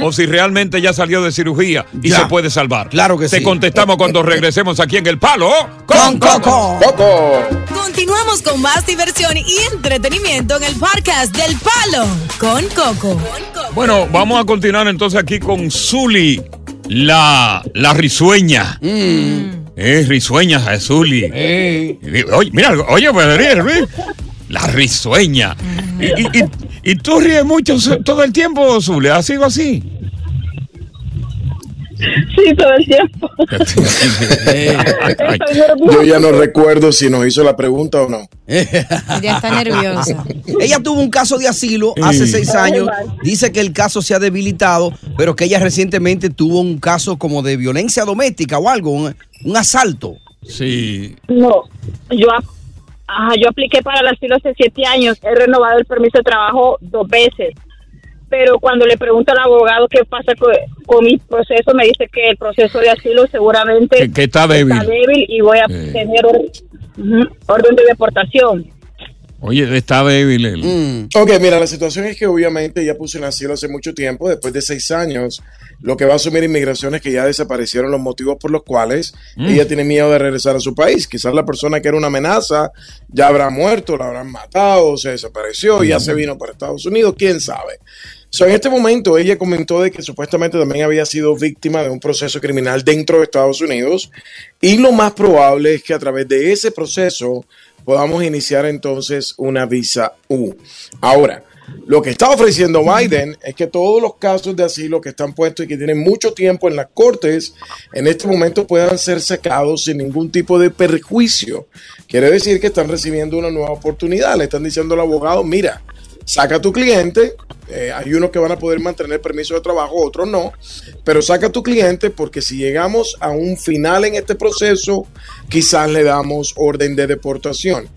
Speaker 6: o si realmente ya salió de cirugía y
Speaker 7: Ya.
Speaker 6: se puede salvar.
Speaker 7: Claro que sí.
Speaker 6: Te
Speaker 7: Eh,
Speaker 6: contestamos cuando regresemos aquí en El Palo ¿oh?
Speaker 7: Con Coco.
Speaker 16: Coco.
Speaker 5: Continuamos con más diversión y entretenimiento en el podcast del Palo con Coco.
Speaker 6: Bueno, vamos a continuar entonces aquí con Zuli, la, la risueña. Eh, risueña, eh, Zuli. Eh, Oye, mira, oye, pues, ríe, ríe. La risueña. Y, y- y- y tú ríes mucho su- todo el tiempo, Zuli. ¿Ha sido así?
Speaker 17: Sí, todo el tiempo.
Speaker 6: Ay,
Speaker 17: Estoy
Speaker 16: Yo
Speaker 17: nerviosa.
Speaker 16: ya no recuerdo si nos hizo la pregunta o no.
Speaker 5: Ya está nerviosa.
Speaker 7: Ella tuvo un caso de asilo hace seis años. Dice que el caso se ha debilitado, pero que ella recientemente tuvo un caso como de violencia doméstica o algo, un, un asalto.
Speaker 6: sí.
Speaker 17: No, yo ap- Ajá, yo apliqué para el asilo hace siete años, he renovado el permiso de trabajo dos veces, pero cuando le pregunto al abogado qué pasa co- con, mi proceso, me dice que el proceso de asilo seguramente
Speaker 6: Que- que está débil.
Speaker 17: y voy a
Speaker 6: Sí.
Speaker 17: tener or- ujú, orden de deportación.
Speaker 6: Oye, está débil él.
Speaker 16: Ok, mira, la situación es que obviamente ya puso en asilo hace mucho tiempo, después de seis años. Lo que va a asumir inmigración es que ya desaparecieron los motivos por los cuales
Speaker 19: Mm.
Speaker 16: ella tiene miedo de regresar a su país. Quizás la persona que era una amenaza ya habrá muerto, la habrán matado, se desapareció, ya se vino para Estados Unidos, quién sabe. So, en este momento ella comentó de que supuestamente también había sido víctima de un proceso criminal dentro de Estados Unidos y lo más probable es que a través de ese proceso podamos iniciar entonces una visa U. Ahora, lo que está ofreciendo Biden es que todos los casos de asilo que están puestos y que tienen mucho tiempo en las cortes, en este momento puedan ser sacados sin ningún tipo de perjuicio. Quiere decir que están recibiendo una nueva oportunidad. Le están diciendo al abogado, mira, saca a tu cliente, eh, hay unos que van a poder mantener permiso de trabajo, otros no, pero saca a tu cliente porque si llegamos a un final en este proceso, quizás le damos orden de deportación.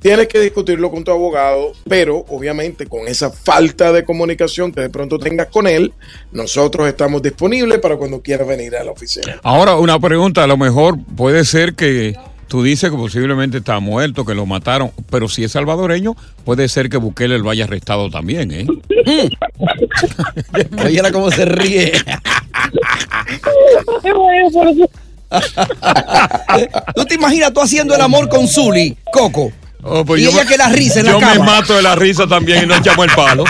Speaker 16: Tienes que discutirlo con tu abogado, pero obviamente con esa falta de comunicación que de pronto tengas con él, nosotros estamos disponibles para cuando quieras venir a la oficina.
Speaker 6: Ahora, una pregunta, a lo mejor puede ser que tú dices que posiblemente está muerto, que lo mataron, pero si es salvadoreño, puede ser que Bukele lo haya arrestado también, ¿eh?
Speaker 7: Oyela cómo se ríe. ¿Tú te imaginas tú haciendo el amor con Zully, Coco?
Speaker 6: Pues
Speaker 7: y
Speaker 6: yo
Speaker 7: ella
Speaker 6: me-
Speaker 7: que la risa en la
Speaker 6: yo
Speaker 7: cama.
Speaker 6: me mato de la risa también y no echamos el palo.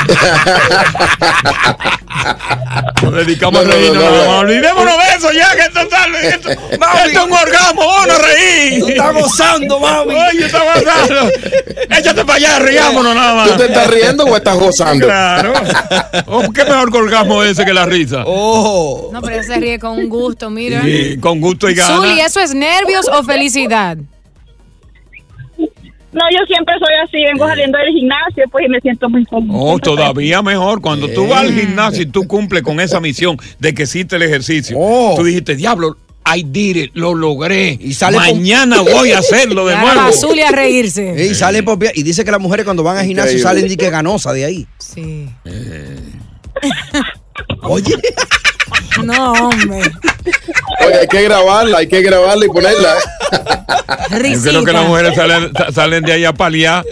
Speaker 6: Nos dedicamos a reírnos. nada más. Olvidémonos de eso ya, que esto sale. que Esto, esto es un orgasmo, vámonos a reír.
Speaker 18: Tú estás gozando, mami.
Speaker 6: Oye, estás gozando. Échate para allá, riámonos nada más.
Speaker 16: ¿Tú te estás riendo o estás gozando?
Speaker 6: Claro. Oh, ¿Qué mejor que orgasmo ese que la risa?
Speaker 7: Oh.
Speaker 8: No, pero él se ríe con gusto, mira.
Speaker 6: Y con gusto y gana.
Speaker 8: Zuli, ¿eso es nervios o felicidad?
Speaker 17: No, yo siempre soy así, vengo saliendo del gimnasio, pues y me siento muy cómodo.
Speaker 6: Oh, todavía mejor. Cuando tú vas al gimnasio y tú cumples con esa misión de que hiciste el ejercicio,
Speaker 7: Oh.
Speaker 6: tú dijiste, diablo, I did it, lo logré. Y
Speaker 7: sale con-
Speaker 6: Mañana voy a hacerlo de nuevo.
Speaker 8: a reírse.
Speaker 7: Y sale popia- y dice que las mujeres cuando van al gimnasio
Speaker 6: Increíble.
Speaker 7: salen de que ganosa de ahí.
Speaker 8: Sí.
Speaker 7: Oye.
Speaker 8: No, hombre.
Speaker 16: Oye, hay que grabarla, hay que grabarla y ponerla.
Speaker 6: Yo creo que las mujeres salen, sa- salen de ahí a paliar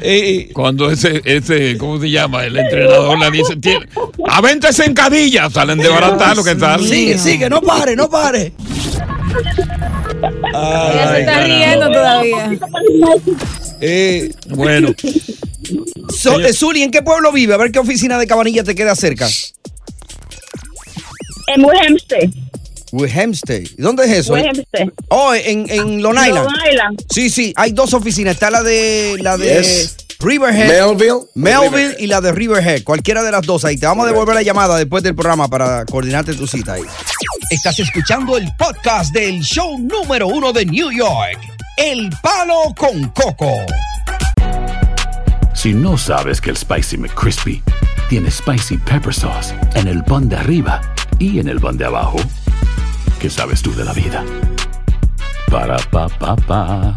Speaker 6: cuando ese, ese, ¿cómo se llama? El entrenador la dice, "Tiene- a 20 encadillas, salen de baratar lo que sale.
Speaker 7: Sigue, sigue, no pare, no pare.
Speaker 8: Ella se está riendo todavía.
Speaker 6: bueno.
Speaker 7: So- eh, Zuli, ¿en qué pueblo vive? A ver qué oficina de cabanilla te queda cerca.
Speaker 17: En Hempstead.
Speaker 7: Hempstead. ¿Y ¿Dónde es eso?
Speaker 17: Hempstead.
Speaker 7: Oh, en, en Long
Speaker 17: Long
Speaker 7: Island.
Speaker 17: Island.
Speaker 7: Sí, sí, hay dos oficinas. Está la de la de
Speaker 16: Yes.
Speaker 7: Riverhead.
Speaker 16: Melville.
Speaker 7: Melville y la de Riverhead. Cualquiera de las dos ahí. Te vamos a devolver la llamada después del programa para coordinarte tu cita ahí.
Speaker 4: Estás escuchando el podcast del show número uno de New York, El Palo con Coco.
Speaker 11: Si no sabes que el Spicy McCrispy tiene Spicy Pepper Sauce en el pan de arriba y en el pan de abajo, ¿qué sabes tú de la vida? Para, pa, pa, pa.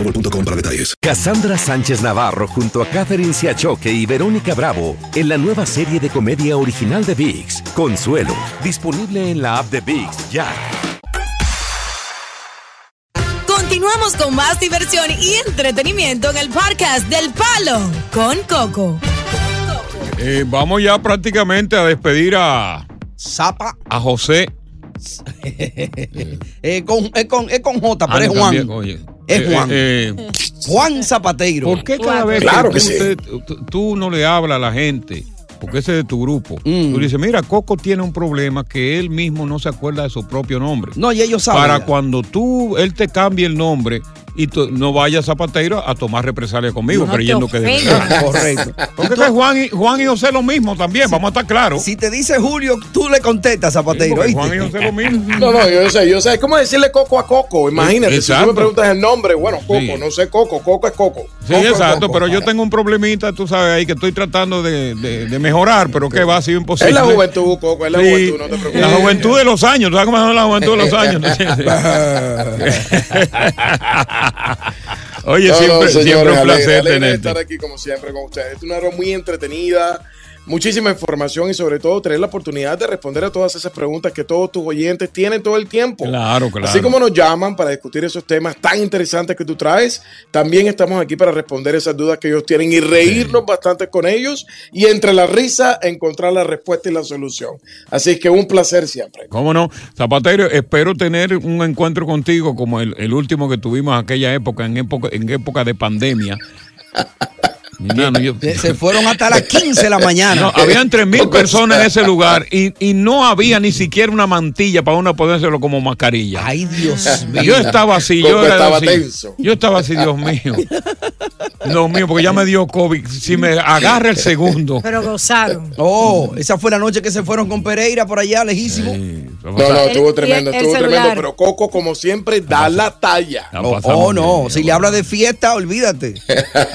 Speaker 12: para detalles.
Speaker 13: Cassandra Sánchez Navarro junto a Catherine Siachoque y Verónica Bravo en la nueva serie de comedia original de VIX, Consuelo, disponible en la app de VIX ya.
Speaker 5: Continuamos con más diversión y entretenimiento en el podcast del Palo con Coco.
Speaker 6: Eh, vamos ya prácticamente a despedir a,
Speaker 7: Zapa.
Speaker 6: a José.
Speaker 7: Eh, con, es, con, es con J, pero
Speaker 6: Ah,
Speaker 7: es
Speaker 6: no,
Speaker 7: Juan.
Speaker 6: también, oye.
Speaker 7: Es
Speaker 6: Eh,
Speaker 7: Juan.
Speaker 6: eh,
Speaker 7: Juan Zapateiro.
Speaker 6: ¿Por qué cada vez que, tú, te- tú- tú no le hablas a la gente? Porque ese es de tu grupo.
Speaker 7: Mm.
Speaker 6: Tú dices, mira, Coco tiene un problema que él mismo no se acuerda de su propio nombre.
Speaker 7: No, y ellos saben
Speaker 6: Para
Speaker 7: ya.
Speaker 6: cuando tú, él te cambie el nombre, y tú no vayas a Zapateiro a tomar represalias conmigo,
Speaker 7: No te
Speaker 6: creyendo que de
Speaker 7: ofendas.
Speaker 6: verdad.
Speaker 7: Correcto.
Speaker 6: Porque que Juan y, Juan y José lo mismo también, vamos a estar claros.
Speaker 7: Si te dice Julio, tú le contestas, Zapateiro.
Speaker 6: porque Juan y José lo mismo.
Speaker 16: No, no, yo sé, yo sé. Es como decirle coco a coco. Imagínate, si
Speaker 6: Exacto.
Speaker 16: tú me preguntas el nombre, bueno, coco,
Speaker 6: Sí.
Speaker 16: no sé coco, coco es coco.
Speaker 6: Sí,
Speaker 16: Coco es
Speaker 6: exacto,
Speaker 16: coco.
Speaker 6: pero yo tengo un problemita, tú sabes, ahí que estoy tratando de, de- de mejorar, pero que va ha sido imposible.
Speaker 16: Es la juventud, coco, es la
Speaker 6: Sí,
Speaker 16: juventud, no te preocupes.
Speaker 6: La juventud de los años, ¿tú sabes cómo son la juventud de los años? Oye,
Speaker 16: No, no,
Speaker 6: siempre,
Speaker 16: señores,
Speaker 6: siempre un
Speaker 16: alegre,
Speaker 6: placer
Speaker 16: alegre de
Speaker 6: tenerte.
Speaker 16: estar aquí como siempre con ustedes. Es una hora muy entretenida, muchísima información y sobre todo tener la oportunidad de responder a todas esas preguntas que todos tus oyentes tienen todo el tiempo.
Speaker 6: Claro, claro.
Speaker 16: Así como nos llaman para discutir esos temas tan interesantes que tú traes, también estamos aquí para responder esas dudas que ellos tienen y reírnos bastante con ellos y entre la risa encontrar la respuesta y la solución. Así que un placer siempre.
Speaker 6: ¿Cómo no? Zapatero, espero tener un encuentro contigo como el, el último que tuvimos aquella época, en época, en época de pandemia. Nano, yo-
Speaker 7: Se fueron hasta las 15 de la mañana.
Speaker 6: No, habían 3.000 personas en ese lugar y, y no había ni siquiera una mantilla para uno podérselo como mascarilla.
Speaker 7: Ay, Dios mío.
Speaker 6: Yo estaba así,
Speaker 7: Coco
Speaker 6: yo era
Speaker 7: estaba
Speaker 6: así.
Speaker 7: tenso.
Speaker 6: Yo estaba así, Dios mío. Dios mío, porque ya me dio COVID. Si me agarra el segundo.
Speaker 7: Pero gozaron. Oh, esa fue la noche que se fueron con Pereira por allá, lejísimo.
Speaker 16: No, no, estuvo tremendo, estuvo tremendo, pero Coco como siempre da la talla.
Speaker 7: Oh, oh, no, si le habla de fiesta, olvídate.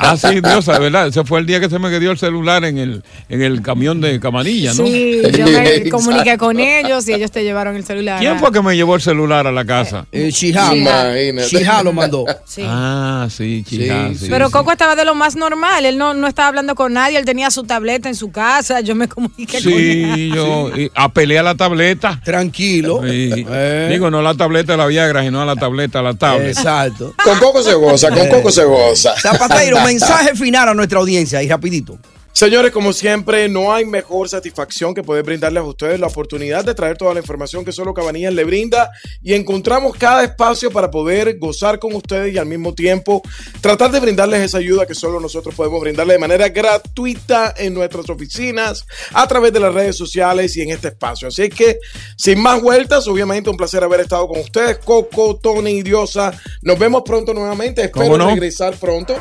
Speaker 6: Ah, sí, Dios, de verdad. Ese fue el día que se me quedó el celular en el, en el camión de Camarilla, ¿no?
Speaker 8: Sí, yo me comuniqué con ellos y ellos te llevaron el celular.
Speaker 6: ¿Quién fue que me llevó el celular a la casa?
Speaker 7: Chija.
Speaker 16: Imagínate.
Speaker 7: Chija Eh, lo mandó.
Speaker 6: Ah, sí, Chija. sí,
Speaker 8: Pero
Speaker 6: sí.
Speaker 8: Coco estaba de lo más normal, él no, no estaba hablando con nadie, él tenía su tableta en su casa, yo me comuniqué con él.
Speaker 6: Sí, yo y apelé a la tableta.
Speaker 7: Tranquilo. Eh.
Speaker 6: Digo, no a la tableta de la Viagra, sino a la tableta, a la tablet. Eh.
Speaker 7: Exacto.
Speaker 16: Con Coco se goza, con Coco se goza.
Speaker 7: Zapateiro, mensaje final a nuestra audiencia, y rapidito.
Speaker 16: Señores, como siempre, no hay mejor satisfacción que poder brindarles a ustedes la oportunidad de traer toda la información que solo Cabanillas le brinda y encontramos cada espacio para poder gozar con ustedes y al mismo tiempo tratar de brindarles esa ayuda que solo nosotros podemos brindarle de manera gratuita en nuestras oficinas, a través de las redes sociales y en este espacio. Así que, sin más vueltas, obviamente un placer haber estado con ustedes, Coco, Tony, Diosa. Nos vemos pronto nuevamente, espero
Speaker 7: ¿Cómo no?
Speaker 16: regresar pronto.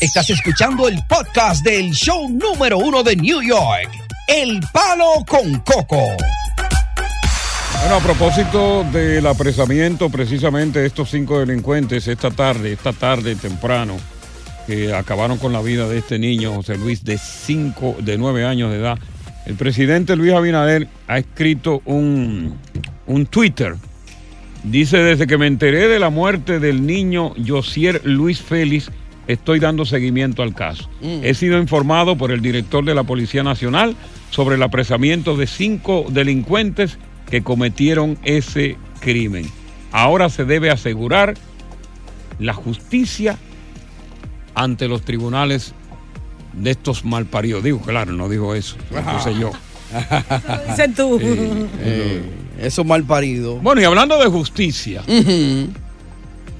Speaker 4: Estás escuchando el podcast del show número uno de New York, El Palo con Coco.
Speaker 6: Bueno, a propósito del apresamiento precisamente de estos cinco delincuentes esta tarde, esta tarde temprano, que acabaron con la vida de este niño, José Luis, de cinco, de nueve años de edad. El presidente Luis Abinader ha escrito un, un Twitter. Dice, desde que me enteré de la muerte del niño Josier Luis Félix, estoy dando seguimiento al caso. He sido informado por el director de la Policía Nacional sobre el apresamiento de cinco delincuentes que cometieron ese crimen. Ahora se debe asegurar la justicia ante los tribunales de estos malparidos. Digo, claro, no digo eso, no sé yo.
Speaker 8: Dice tú.
Speaker 7: Eh, Eso mal parido.
Speaker 6: Bueno, y hablando de justicia,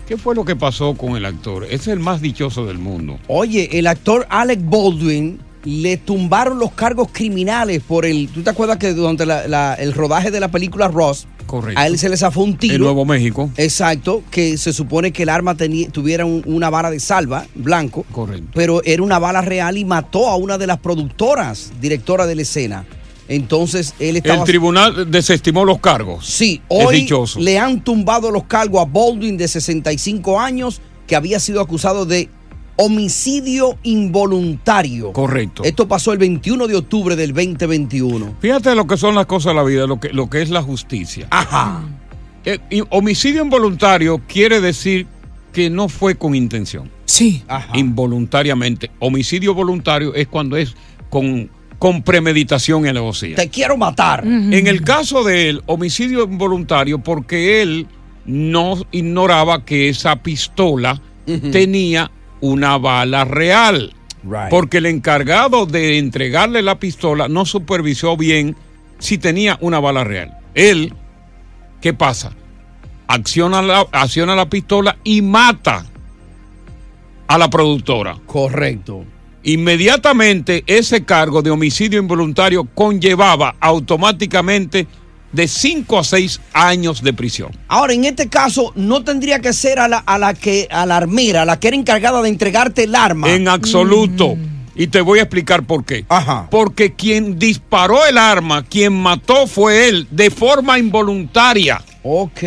Speaker 6: ¿qué fue lo que pasó con el actor? Es el más dichoso del mundo.
Speaker 7: Oye, el actor Alec Baldwin le tumbaron los cargos criminales por el. ¿Tú te acuerdas que durante la- la- el rodaje de la película Ross,
Speaker 6: Correcto.
Speaker 7: a él se le zafó un tiro?
Speaker 6: En Nuevo México.
Speaker 7: Exacto, que se supone que el arma tenía- tuviera un- una bala de salva, blanco.
Speaker 6: Correcto.
Speaker 7: Pero era una bala real y mató a una de las productoras, directora de la escena. Entonces él estaba.
Speaker 6: El tribunal desestimó los cargos.
Speaker 7: Sí,
Speaker 6: Es
Speaker 7: hoy
Speaker 6: dichoso.
Speaker 7: le han tumbado los cargos a Baldwin de 65 años que había sido acusado de homicidio involuntario.
Speaker 6: Correcto.
Speaker 7: Esto pasó el 21 de octubre del 2021.
Speaker 6: Fíjate lo que son las cosas de la vida, lo que, lo que es la justicia. Eh,
Speaker 7: Ajá.
Speaker 6: homicidio involuntario quiere decir que no fue con intención.
Speaker 8: Sí.
Speaker 6: Involuntariamente. Homicidio voluntario es cuando es con, con premeditación y alevosía.
Speaker 7: Te quiero matar.
Speaker 6: En el caso de él, homicidio involuntario porque él no ignoraba que esa pistola tenía una bala real. Porque el encargado de entregarle la pistola no supervisó bien si tenía una bala real. Él, ¿qué pasa? Acciona la, acciona la pistola y mata a la productora.
Speaker 7: Correcto.
Speaker 6: Inmediatamente ese cargo de homicidio involuntario conllevaba automáticamente de 5 a 6 años de prisión.
Speaker 7: Ahora, en este caso, no tendría que ser a la, a la que, a la armera, a la que era encargada de entregarte el arma.
Speaker 6: En absoluto. Y te voy a explicar por qué.
Speaker 7: Mm. Ajá.
Speaker 6: Porque quien disparó el arma, quien mató fue él, de forma involuntaria.
Speaker 7: Ok.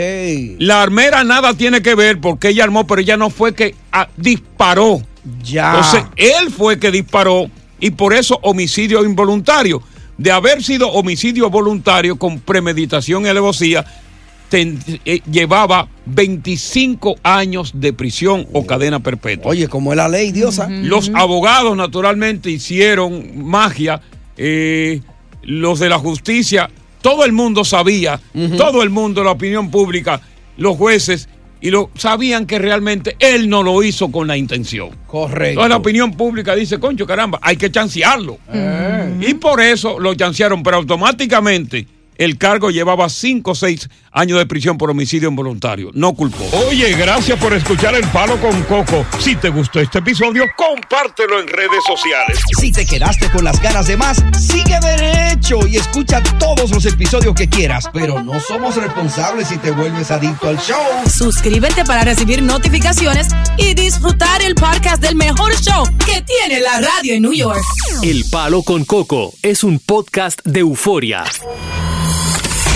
Speaker 6: La armera nada tiene que ver porque ella armó, pero ella no fue que ah, disparó.
Speaker 7: Ya.
Speaker 6: Entonces, él fue que disparó y por eso homicidio involuntario. De haber sido homicidio voluntario con premeditación y alevosía, ten- eh, llevaba 25 años de prisión
Speaker 7: Oh.
Speaker 6: o cadena perpetua.
Speaker 7: Oye, como es la ley, diosa.
Speaker 6: Los abogados naturalmente hicieron magia, eh, los de la justicia, todo el mundo sabía, todo el mundo, la opinión pública, los jueces, y lo, sabían que realmente él no lo hizo con la intención.
Speaker 7: Correcto.
Speaker 6: Toda la opinión pública dice, concho, caramba, hay que chancearlo. Y por eso lo chancearon, pero automáticamente el cargo llevaba 5 o 6 años de prisión por homicidio involuntario. No culpó.
Speaker 3: Oye, gracias por escuchar El Palo con Coco. Si te gustó este episodio, compártelo en redes sociales.
Speaker 4: Si te quedaste con las ganas de más, sigue derecho y escucha todos los episodios que quieras. Pero no somos responsables si te vuelves adicto al show.
Speaker 5: Suscríbete para recibir notificaciones y disfrutar el podcast del mejor show que tiene la radio en New York.
Speaker 2: El Palo con Coco es un podcast de euforia.